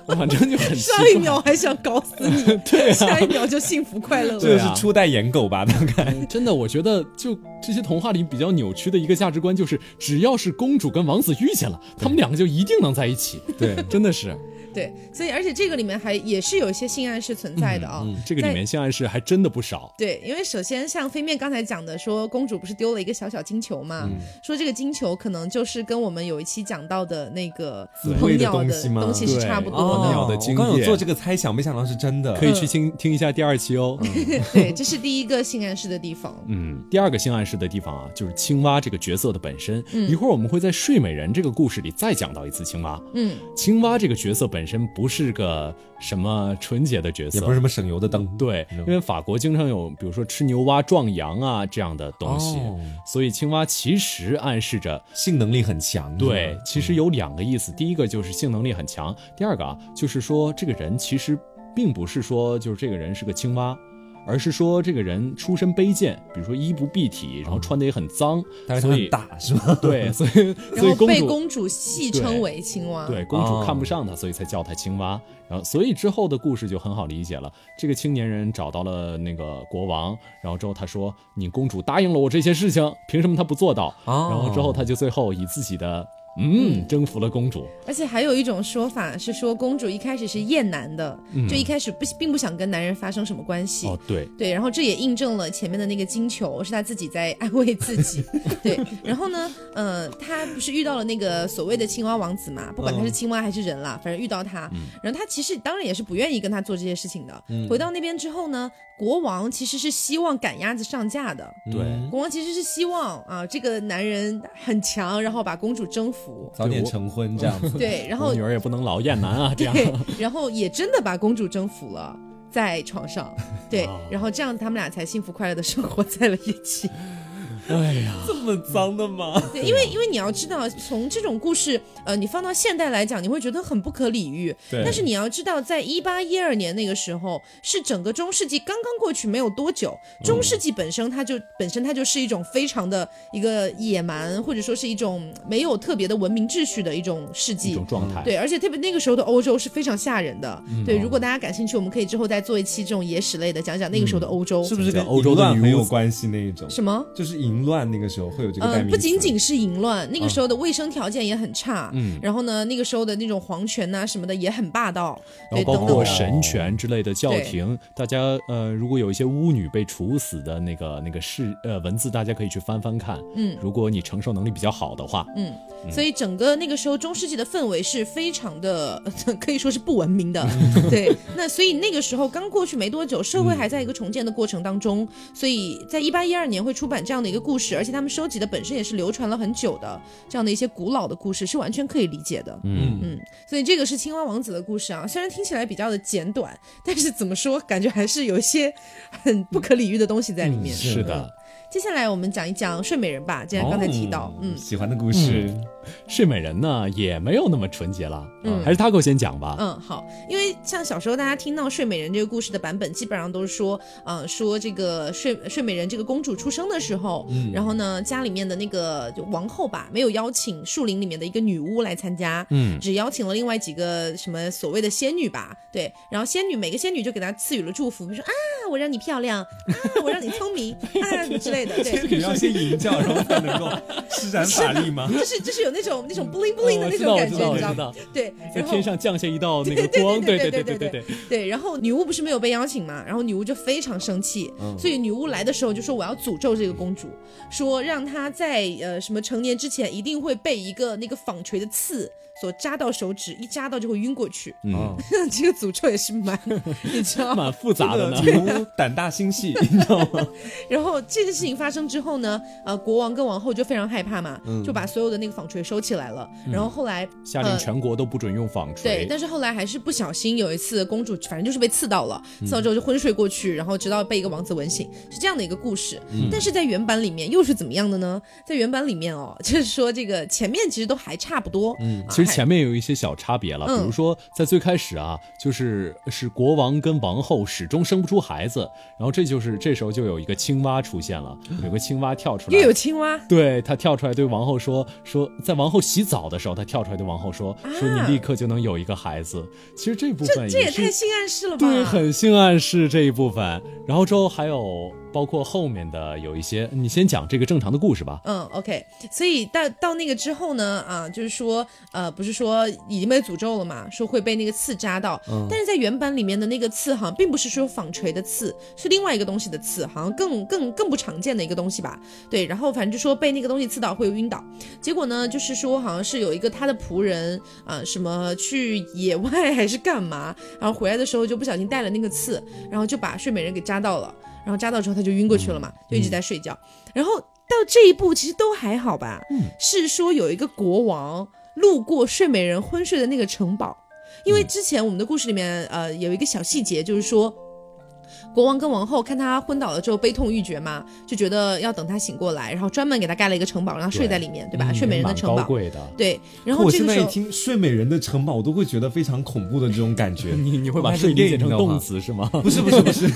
反正就很奇上一怪秒还想搞死 你，对、下一秒就幸福快乐啊对 这啊了。就是初代颜狗吧，大概。嗯真的，我觉得就这些童话里比较扭曲的一个价值观，就是只要是公主跟王子遇见了，他们两个就一定能在一起。对，真的是，对，所以而且这个里面还也是有一些性暗示存在的啊、这个里在面性暗示还真的不少。对，因为首先像飞面刚才讲的说，公主不是丢了一个小小金球嘛、嗯说这个金球可能就是跟我们有一期讲到的那个自鹏慰的鸟东的西吗东西是对差不多哦的。鸟的经我刚有验做这个猜想，没想到是真的。可以去听听一下第二期哦。对，这是第一个性暗示的地方。嗯，第二个性暗示的地方啊，就是青蛙这个角色的本身。一会儿我们会在《睡美人》这个故事里再讲到一次青蛙。嗯，青蛙这个角色本身不是个什么纯洁的角色，也不是什么嗯省油的灯。对，因为法国经常有，比如说吃牛蛙撞羊啊这样的东西，哦所以青蛙其实暗示着，性能力很强。对，其实有两个意思，第一个就是性能力很强，第二个啊，就是说这个人其实并不是说就是这个人是个青蛙。而是说这个人出身卑贱，比如说衣不蔽体，然后穿的也很脏，但是它所以很大是吗？ 对，所以然所以后被主公主戏称为青蛙。对，公主哦看不上他，所以才叫他青蛙。然后，所以之后的故事就很好理解了。这个青年人找到了那个国王，然后之后他说：“你公主答应了我这些事情，凭什么她不做到？”哦然后之后他就最后以自己的嗯征服了公主。而且还有一种说法是说，公主一开始是厌男的，嗯就一开始不并不想跟男人发生什么关系。哦，对，对，然后这也印证了前面的那个金球是她自己在安慰自 己。对，然后呢，呃，她不是遇到了那个所谓的青蛙王子嘛？不管他嗯是青蛙还是人啦，反正遇到他，然后他其实当然也是不愿意跟他做这些事情的。嗯回到那边之后呢，国王其实是希望赶鸭子上架的。对嗯国王其实是希望啊，这个男人很强，然后把公主征服。早点成婚这样子。对，然我后女儿也不能老厌男啊，这 样。对，然后也真的把公主征服了。在床上，对，哦然后这样子他们俩才幸福快乐的生活在了一起。哎 呀，这么脏的吗？对，因为啊因为你要知道，从这种故事，呃，你放到现代来讲，你会觉得很不可理喻。对但是你要知道，在一八一二年那个时候，是整个中世纪刚刚过去没有多久，嗯中世纪本身它就、本身它就是一种非常的一个野蛮，或者说是一种没有特别的文明秩序的一种世一纪种。状态。对，而且特别那个时候的欧洲是非常吓人的。对，如果大家感兴趣，我们可以之后再做一期这种野史类的，讲讲那个时候的欧洲。是不是跟欧洲的淫乱女很巫有关系那一种？什么？就是淫乱那个时候会有这个代名嗯，词。不仅仅是淫乱，那个时候的卫生条件也很差。嗯，然后呢，那个时候的那种皇权呐、什么的也很霸道，然对，后包等括等。神权之类的教廷，大家呃，如果有一些巫女被处死的那个那个事呃文字，大家可以去翻翻看。嗯，如果你承受能力比较好的话，嗯，所以整个那个时候中世纪的氛围是非常的， 可以说是不文明的。 对，那所以那个时候刚过去没多久，社会还在一个重建的过程当中，所以在一八一二年会出版这样的一个故事，而且他们收集的本身也是流传了很久的这样的一些古老的故事，是完全可以理解的。嗯嗯，所以这个是青蛙王子的故事啊，虽然听起来比较的简短，但是怎么说，感觉还是有一些很不可理喻的东西在里面。是的。接下来我们讲一讲睡美人吧，既然刚才提到，嗯哦喜欢的故事。睡美人呢也没有那么纯洁了，嗯还是 Taco 先讲吧。嗯，好，因为像小时候大家听到睡美人这个故事的版本，基本上都是说，呃，说这个睡睡美人这个公主出生的时候，嗯然后呢，家里面的那个就王后吧，没有邀请树林里面的一个女巫来参加，嗯只邀请了另外几个什么所谓的仙女吧，对，然后仙女每个仙女就给她赐予了祝福，比如说啊，我让你漂亮，啊，我让你 聪明，啊之类的，对。你 要先吟叫，然后才能够 施展法力吗？就是就是有那种那种 bling 哦 bling 的我那知道，种我感知觉，道，你我知道知吗？道，对，在然后天上降下一道那个对对对光，对对对对对对对，对，然后女巫不是没有被邀请嘛，然后女巫就非常生气，所以女巫来的时候就说我要诅咒这个公主，说让她在呃什么成年之前一定会被一个那个纺锤的刺所扎到手指，一扎到就会晕过去。 哦嗯，这个诅咒也是蛮， 你知道吗？蛮复杂 的呢。嗯女巫胆大心细，你知道吗？然后这件事情发生之后呢，呃，国王跟王后就非常害怕嘛，就把所有的那个纺锤收起来了。然后后来下令全国都不准用纺对，锤，但是后来还是不小心有一次，公主反正就是被刺到了，刺到之后就昏睡过去，然后直到被一个王子吻醒，是这样的一个故事。嗯但是在原版里面又是怎么样的呢？在原版里面哦，就是说这个前面其实都还差不多，嗯其实前面有一些小差别了，嗯哎比如说在最开始啊，就是是国王跟王后始终生不出孩子，然后这就是这时候就有一个青蛙出现了，嗯有个青蛙跳出来又，有青蛙，对他跳出来对王后说说，在王后洗澡的时候，他跳出来对王后说说啊你立刻就能有一个孩子。其实这部这分这也是太性暗示了吧？对，很性暗示这一部分。然后之后还有包括后面的有一些，你先讲这个正常的故事吧。嗯，OK，所以到到那个之后呢，啊，就是说，呃，不是说已经被诅咒了嘛，说会被那个刺扎到，但是在原版里面的那个刺好像并不是说纺锤的刺，是另外一个东西的刺，好像更更更不常见的一个东西吧。对，然后反正就说被那个东西刺到会晕倒，结果呢，就是说好像是有一个他的仆人啊、什么去野外 还是干嘛，然后回来的时候就不小心带了那个刺，然后就把睡美人给扎到了，然后扎到之后他就晕过去了嘛，就一直在睡觉，然后。到这一步其实都还好吧，是说有一个国王路过睡美人昏睡的那个城堡，因为之前我们的故事里面，呃，有一个小细节就是说。国王跟王后看他昏倒了之后悲痛欲绝嘛，就觉得要等他醒过来，然后专门给他盖了一个城堡，让他睡在里面，对吧？睡美人的嗯蛮城高堡，贵的，对。然我后这现个在时一候，听睡美人的城堡，我都会觉得非常恐怖的这种感觉。 你你会把还是睡理解电影成的动话词是吗？ 不是不是 不是，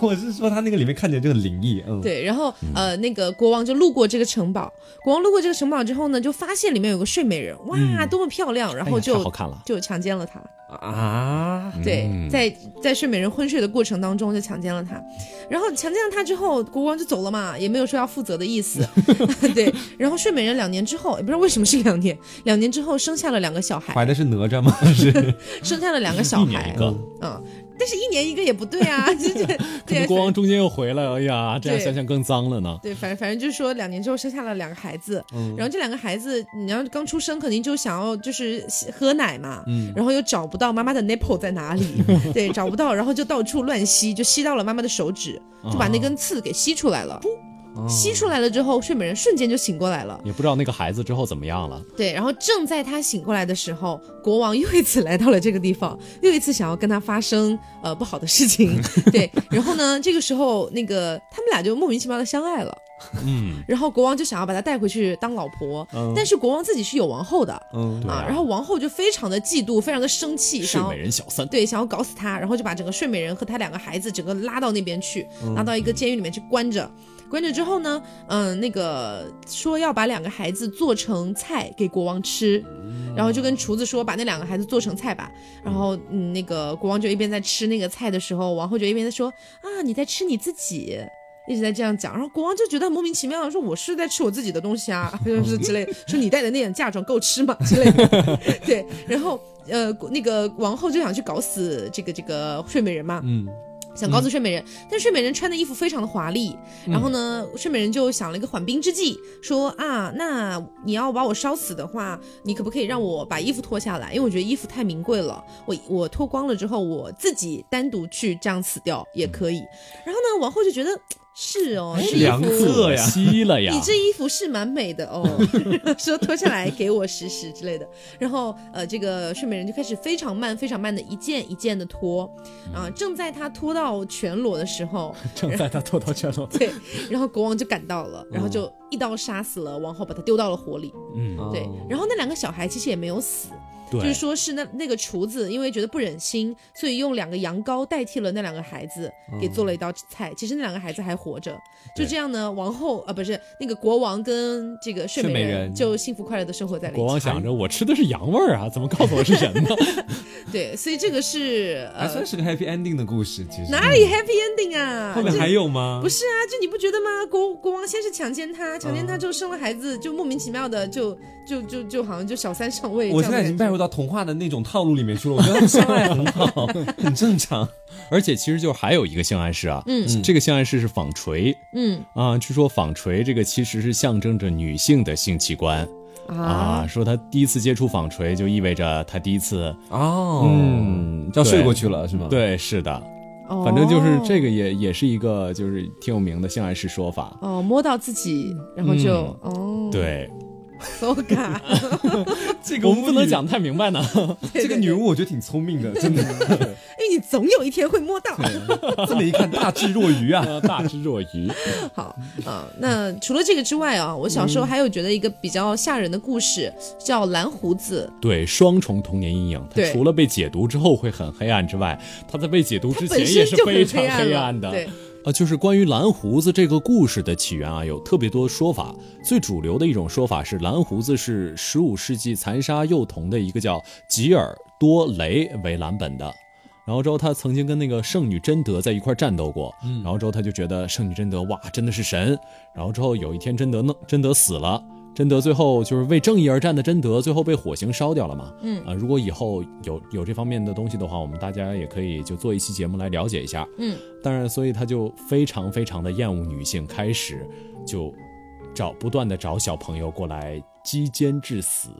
我是说他那个里面看起来就很灵异，嗯，对，然后呃，那个国王就路过这个城堡，国王路过这个城堡之后呢，就发现里面有个睡美人，哇，多么漂亮！然哎呀后太就、好看了。就强奸了她。啊，对，嗯在在睡美人昏睡的过程当中就强奸了她，然后强奸了她之后，国王就走了嘛，也没有说要负责的 意思。对，然后睡美人两年之后，也不知道为什么是两年，两年之后生下了两个小孩，怀的是哪吒吗？ 是生下了两个小一年孩一，个，嗯，但是一年一个也不对啊， 这 这可对能啊国王中间又回来了，哎呀，这样对想想更脏了呢。对，反正反正就是说，两年之后生下了两个孩子，然后这两个孩子，你要刚出生肯定就想要就是喝奶嘛，然后又找不到妈妈的 nipple 在哪里，对，找不到，然后就到处乱吸，就吸到了妈妈的手指，就把那根刺给吸出来了。吸出来了之后，睡美人瞬间就醒过来了。也不知道那个孩子之后怎么样了。对，然后正在她醒过来的时候，国王又一次来到了这个地方，又一次想要跟她发生呃不好的 事情。对，然后呢，这个时候那个他们俩就莫名其妙的相爱了。嗯，然后国王就想要把她带回去当老婆，但是国王自己是有王后的嗯，对啊然后王后就非常的嫉妒，非常的生气，睡想要美人小三，对想要搞死她，然后就把整个睡美人和她两个孩子整个拉到那边去，拉到一个监狱里面去关着。关着之后呢，嗯，那个说要把两个孩子做成菜给国王吃，然后就跟厨子说把那两个孩子做成菜吧。然后嗯，那个国王就一边在吃那个菜的时候，王后就一边在说啊你在吃你自己，一直在这样讲，然后国王就觉得很莫名其妙，说我是在吃我自己的东西啊， 就是之类，说你戴的那点嫁妆够吃吗之类的， 对，然后呃那个王后就想去搞死这个这个睡美人嘛，嗯，嗯想搞死睡美人，但睡美人穿的衣服非常的华丽，然后呢，睡美人就想了一个缓兵之计，说啊，那你要把我烧死的话，你可不可以让我把衣服脱下来？因为我觉得衣服太名贵了，我我嗯脱光了之后，我自己单独去这样死掉也可以。然后呢，王后就觉得。是哦，这衣良服，策呀，惜了呀你。这衣服是蛮美的哦。说脱下来给我试试之类的。然后呃，这个睡美人就开始非常慢、非常慢的一件一件的脱啊、正在她脱到全裸的时候，正在他脱到全 裸，对，然后国王就赶到了，然后就一刀杀死了王后，把她丢到了火里。嗯，哦对，然后那两个小孩其实也没有死，对，就是说是那那个厨子因为觉得不忍心，所以用两个羊羔代替了那两个孩子，给做了一道菜。其实那两个孩子还活着，就对这样呢。王后啊、呃不是那个国王跟这个睡睡美美人人就幸福快乐的生活在了一起。国王想着我吃的是羊味儿啊，怎么告诉我是人 呢？对，所以这个是还呃算是个 happy ending 的故事，其实哪里 happy ending 啊？后面还这有吗？不是啊，就你不觉得吗？国国王先是强奸她，强奸她之后生了孩子，就莫名其妙的就就就就好像就小三上位。我现在已经拜入到童话的那种套路里面去了，我觉得他们相爱很好，很正常。而且其实就是还有一个性暗示啊，嗯，这个性暗示是纺锤嗯啊，据说纺锤这个其实是象征着女性的性器官啊，说她第一次接触纺锤就意味着她第一次，哦，嗯要睡对过去了是吗？，对，是的，哦啊反正就是这个也也是一个就是挺有名的性暗示说法，哦，摸到自己，然后就、哦， 对， so ga，这个我们不能巫女讲得太明白呢，这个女巫我觉得挺聪明的，真的。因哎为你总有一天会摸到。这么一看，大智若 愚啊！ 大智若愚， 好啊、那除了这个之外啊，我小时候还有觉得一个比较吓人的故事，叫蓝胡子。对，双重童年阴影，它对除了被解读之后会很黑暗之外，它在被解读之前本也身是就很非常黑黑暗暗了的，对。啊，就是关于蓝胡子这个故事的起源啊，有特别多说法。最主流的一种说法是，蓝胡子是十五世纪残杀幼童的一个叫吉尔多雷为蓝本的。然后之后，他曾经跟那个圣女贞德在一块儿战斗过。然后之后，他就觉得圣女贞德哇，真的是神。然后之后有一天，贞德弄贞德死了，贞德最后就是为正义而战的贞德，最后被火刑烧掉了嘛。嗯啊、如果以后有有这方面的东西的话，我们大家也可以就做一期节目来了解一下。嗯，当然，所以他就非常非常的厌恶女性，开始就找不断的找小朋友过来击奸致死，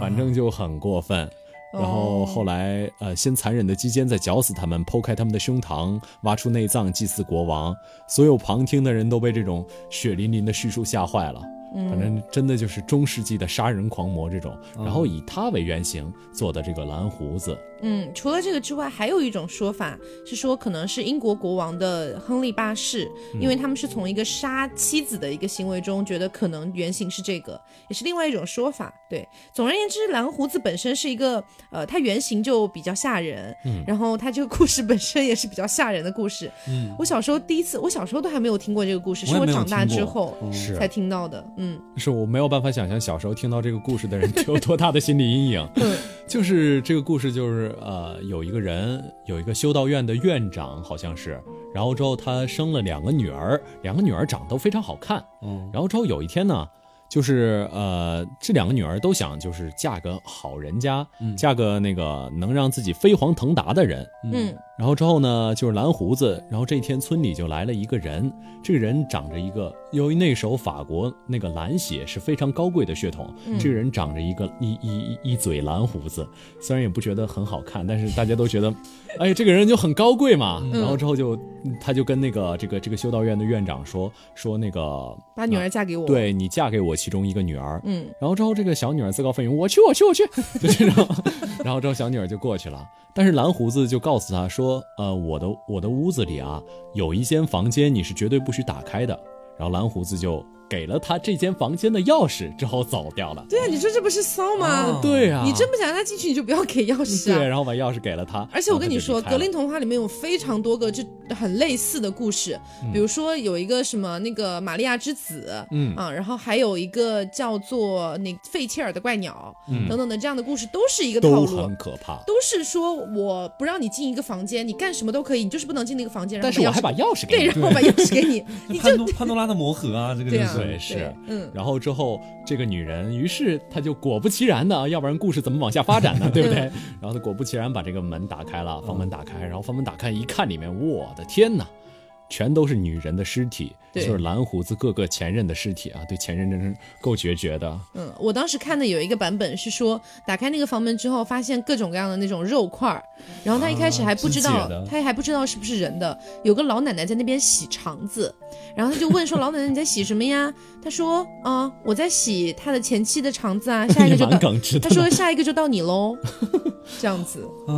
反正就很过分。然后后来，呃，先残忍的击奸，再绞死他们，剖开他们的胸膛，挖出内脏祭祀国王。所有旁听的人都被这种血淋淋的叙述吓坏了。反正真的就是中世纪的杀人狂魔这种，然后以他为原型做的这个蓝胡子，嗯，除了这个之外，还有一种说法是说，可能是英国国王的亨利八世，因为他们是从一个杀妻子的一个行为中，觉得可能原型是这个，也是另外一种说法。对，总而言之，蓝胡子本身是一个，呃，它原型就比较吓人，嗯，然后它这个故事本身也是比较吓人的故事。嗯，我小时候第一次，我小时候都还没有听过这个故事，我是也我没有长大听之过后是才听到的。嗯是我没有办法想象小时候听到这个故事的人有多大的心理阴影。 嗯就是这个故事，就是呃，有一个人，有一个修道院的院长，好像是，然后之后他生了两个女儿，两个女儿长得都非常好看，嗯，然后之后有一天呢，就是呃，这两个女儿都想就是嫁个好人家，嫁个那个能让自己飞黄腾达的人，嗯然后之后呢，就是蓝胡子。然后这一天村里就来了一个人，这个人长着一个，由于那时候法国那个蓝血是非常高贵的血统，这个人长着一个一一一一嘴蓝胡子，虽然也不觉得很好看，但是大家都觉得， 哎，这个人就很高贵嘛。然后之后就他就跟那个这个这个修道院的院长说说那个，把女儿嫁给我。，对你嫁给我其中一个女儿，嗯。然后之后这个小女儿自告奋勇，我去，我去， 我去，就这种。然后之后小女儿就过去了，但是蓝胡子就告诉她说，呃，我的我的屋子里啊，有一间房间你是绝对不许打开的。然后蓝胡子就给了她这间房间的钥匙，之后走掉了。对啊，你说这不是骚吗？哦对啊，你真不想让他进去，你就不要给钥匙对，啊。然后把钥匙给了她。而且我跟你说，然后她格就离林开了童话里面有非常多个这很类似的故事，比如说有一个什么那个玛利亚之子，嗯啊，然后还有一个叫做那费切尔的怪鸟、等等的这样的故事，都是一个嗯套都路，很可怕，都是说我不让你进一个房间，你干什么都可以，你就是不能进那个房间。然后但是我钥匙还把钥匙给你。对，然后把钥匙给你， 你就潘多潘多拉的魔盒啊，这个对就啊，对是是嗯。然后之后，这个女人，于是她就果不其然的，要不然故事怎么往下发展 呢？对不对？然嗯后她果不其然把这个门打开了，房门打开，然后房门打开一看，里面，我的天哪！全都是女人的尸体，就对是蓝胡子各个前任的尸体啊，对前任真是够决绝的。嗯，我当时看的有一个版本是说，打开那个房门之后，发现各种各样的那种肉块儿，然后他一开始还不知道，肢解的他还不知道是不是人的。有个老奶奶在那边洗肠子，然后他就问说：“老奶奶你在洗什么呀？”他说：“啊、我在洗他的前妻的肠子啊，下一你 个就蛮到。”耿直的他，说：“下一个就到你喽。”这样子，啊，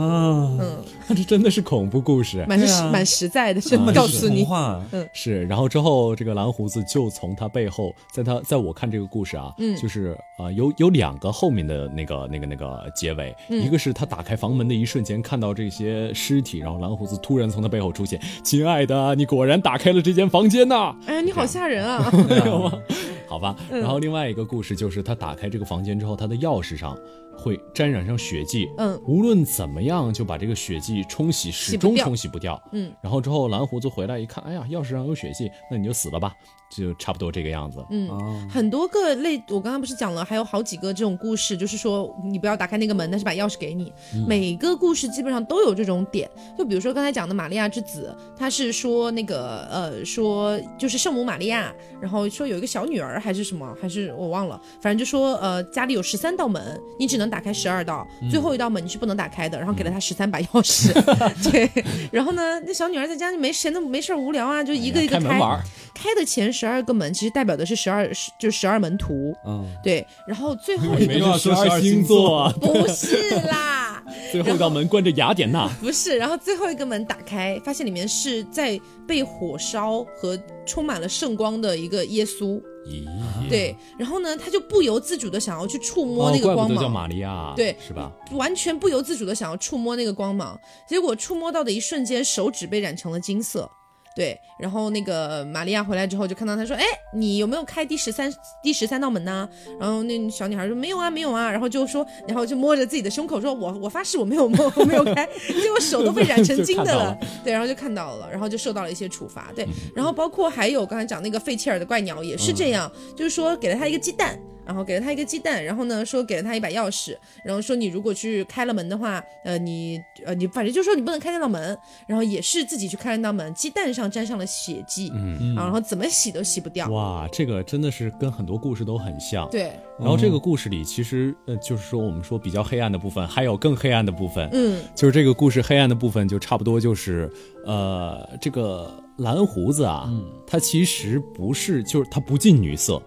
嗯，这真的是恐怖故事。蛮对实、啊蛮实在的，是这么告诉你。话，是，然后之后这个蓝胡子就从他背后，在他在我看这个故事啊，嗯就是啊、呃有有两个后面的那个那个那个结尾，一个是他打开房门的一瞬间看到这些尸体，然后蓝胡子突然从他背后出现，亲爱的，你果然打开了这间房间呐、哎呀，你好吓人啊！嗯 好吧，嗯然后另外一个故事就是他打开这个房间之后，他的钥匙上会沾染上血迹，嗯，无论怎么样就把这个血迹冲洗，始洗不终掉冲洗不掉，嗯，然后之后蓝胡子回来一看，哎呀，钥匙上有血迹，那你就死了吧，就差不多这个样子，嗯，啊，很多个类，我刚刚不是讲了，还有好几个这种故事，就是说你不要打开那个门，但是把钥匙给你。嗯每个故事基本上都有这种点，就比如说刚才讲的玛利亚之子，他是说那个呃，说就是圣母玛利亚，然后说有一个小女儿还是什么，还是我忘了，反正就说呃家里有十三道门，你只能打开十二道，最后一道门你是不能打开的，然后嗯给了她十三把钥匙， 对，然后呢，那小女儿在家里没闲的没事儿无聊啊，就一个一个哎开门玩儿，开的前十二个门其实代表的是十二，就是十二门徒。嗯，对，然后最 后你 一没个有说说12 12星星座座，不是啦，最后一道门关着雅典 娜，不是，然后最后一个门打开，发现里面是在被火烧和充满了圣光的一个耶稣。咦，对，然后呢，他就不由自主的想要去触嗯摸哦，那个怪不光得叫芒。玛利亚，对是吧？完全不由自主的想要触摸那个光芒，结果触摸到的一瞬间，手指被染成了金色。对，然后那个玛利亚回来之后就看到他说：“哎，你有没有开第十三第十三道门呢？”然后那小女孩说：“没有啊，没有啊。”然后就说，然后就摸着自己的胸口说：“我我发誓我没有摸，我没有开。” 结果手都被染成金就的看到了。了嗯对，然后就看到了，然后就受到了一些处罚。对，然后包括还有刚才讲那个费切尔的怪鸟也是这样，就是说给了他一个鸡蛋。然后给了他一个鸡蛋，然后呢说给了他一把钥匙，然后说你如果去开了门的话，呃你呃你反正就说你不能开那道门，然后也是自己去开了那道门，鸡蛋上沾上了血迹，嗯，然后怎么洗都洗不掉，哇，这个真的是跟很多故事都很像，对，嗯然后这个故事里，其实呃，就是说我们说比较黑暗的部分，还有更黑暗的部分。嗯，就是这个故事黑暗的部分，就差不多就是，呃，这个蓝胡子啊，嗯他其实不是，就是他不近女色，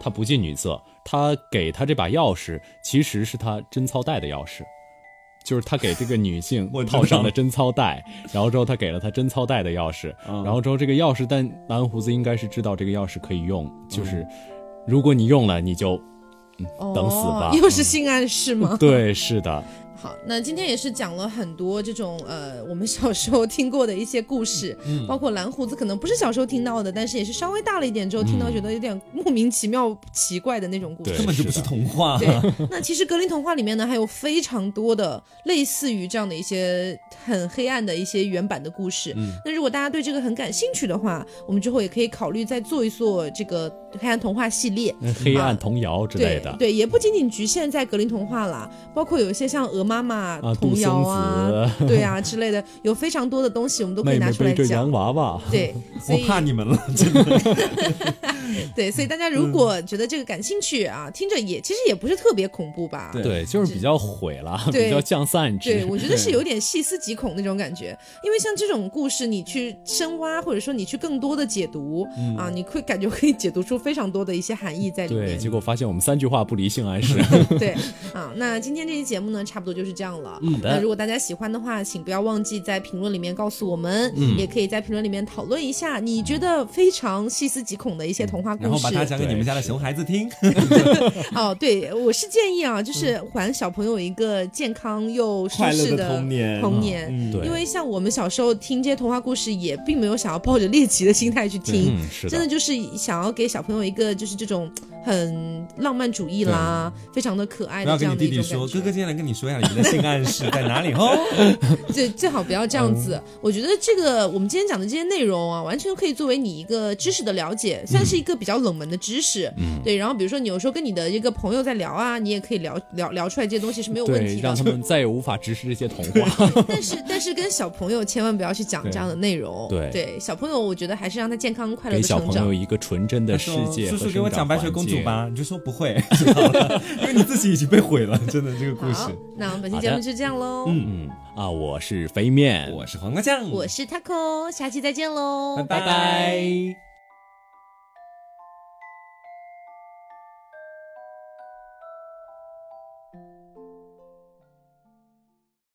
他不近女色，他给他这把钥匙其实是他贞操带的钥匙。就是他给这个女性 我知道套上了贞操带，然后之后他给了她贞操带的钥匙，嗯然后之后这个钥匙，但蓝胡子应该是知道这个钥匙可以用，就是嗯如果你用了，你就哦，等死吧又是性暗示 吗？对，是的，哦好，那今天也是讲了很多这种呃，我们小时候听过的一些 故事，嗯包括蓝胡子可能不是小时候听到的，但是也是稍微大了一点之后听嗯到，觉得有点莫名其妙、奇怪的那种故事对。根本就是不是的童话，对，那其实格林童话里面呢，还有非常多的类似于这样的一些很黑暗的一些原版的故事。嗯那如果大家对这个很感兴趣的话，我们之后也可以考虑再做一做这个黑暗童话系列。嗯黑暗童谣之类对的。对，也不仅仅局限在格林童话啦，包括有一些像鹅妈妈啊童谣啊杜，对啊之类的，有非常多的东西我们都可以妹拿妹出来背着讲洋。娃娃， 对，所以我怕你们了，真的对，所以大家如果觉得这个感兴趣啊，听着也其实也不是特别恐怖吧？对对，就是比较毁了，对比较降散对，值。我觉得是有点细思极恐那种感觉，因为像这种故事，你去深挖，或者说你去更多的解读、嗯啊，你会感觉可以解读出非常多的一些含义在里对，面。结果发现我们三句话不离性暗 示。对啊，那今天这期节目呢，差不多就是这样了。嗯好的那如果大家喜欢的话，请不要忘记在评论里面告诉我们，嗯也可以在评论里面讨论一下你觉得非常细思极恐的一些童话故事。嗯然后把它讲给你们家的熊孩子 听，哦，对，我是建议啊，就是还小朋友一个健康又舒嗯快乐适的童年童年嗯对因为像我们小时候听这些童话故事，也并没有想要抱着猎奇的心态去听，嗯，是真的的，就是想要给小朋友一个就是这种很浪漫主义啦，非常的可爱不的要这跟样你的弟一种弟感觉。说，哥哥今天来跟你说一下你们的性暗示在哪里 哦。最最好不要这样子。我觉得这个我们今天讲的这些内容啊，完全可以作为你一个知识的了解，算是一个比较冷门的知识。嗯，对。然后比如说你有时候跟你的一个朋友在聊啊，你也可以聊聊聊出来这些东西是没有问对，题让的他。们再也无法直视这些童 话。但是但是跟小朋友千万不要去讲这样的内容。对小朋友我觉得还是让他健康快乐给的小成朋长友。一个纯真的他世说界叔和叔给生我长讲白雪环公主境。吧，你就说不会， 知道了，因为你自己已经被毁了，真的这个故事好。，那我们本期好的节目就这样喽。嗯嗯啊，我是肥面，我是黄瓜酱，我是 Taco，下期再见喽，拜拜拜。